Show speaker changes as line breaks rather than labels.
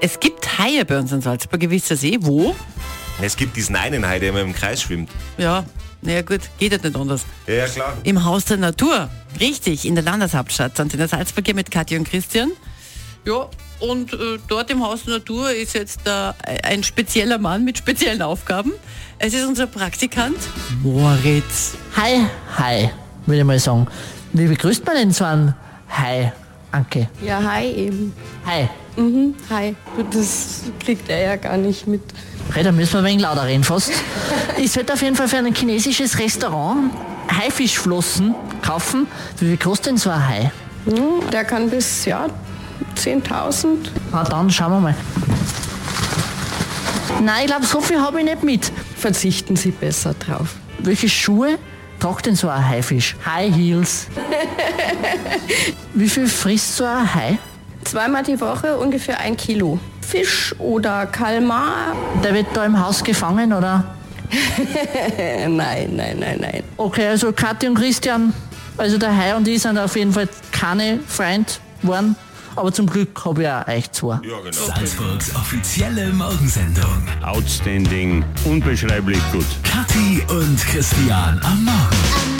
Es gibt Haie bei uns in Salzburg, ihr wisst das eh. Wo?
Es gibt diesen einen Hai, der immer im Kreis schwimmt.
Ja, naja gut, geht halt nicht anders.
Ja, ja, klar.
Im Haus der Natur. Richtig, in der Landeshauptstadt. Sind in der Salzburg hier mit Katja und Christian. Ja, und äh, dort im Haus der Natur ist jetzt da ein spezieller Mann mit speziellen Aufgaben. Es ist unser Praktikant Moritz.
Hi, hi, würde ich mal sagen. Wie begrüßt man denn so einen Hi, Anke?
Ja, hi eben.
Hi.
Mhm, hi. Gut, Das kriegt er ja gar nicht mit.
Okay, da müssen wir ein wenig lauter reden fast. Ich sollte auf jeden Fall für ein chinesisches Restaurant Haifischflossen kaufen. Wie viel kostet denn so ein Hai?
Mhm, Der kann bis, ja, 10.000.
Ah, dann schauen wir mal. Nein, ich glaube, so viel habe ich nicht mit.
Verzichten Sie besser drauf.
Welche Schuhe tragt denn so ein Haifisch? High Heels. Wie viel frisst so ein Hai?
Zweimal die Woche ungefähr ein Kilo. Fisch oder Kalmar?
Der wird da im Haus gefangen, oder?
Äh, nein, nein, nein, nein.
Okay, also Kathi und Christian, also der Hai und ich sind auf jeden Fall keine Freund geworden. Aber zum Glück habe ich auch euch zwei.
Ja, genau.
Salzburgs offizielle Morgensendung.
Outstanding, unbeschreiblich gut.
Kathi und Christian am Morgen.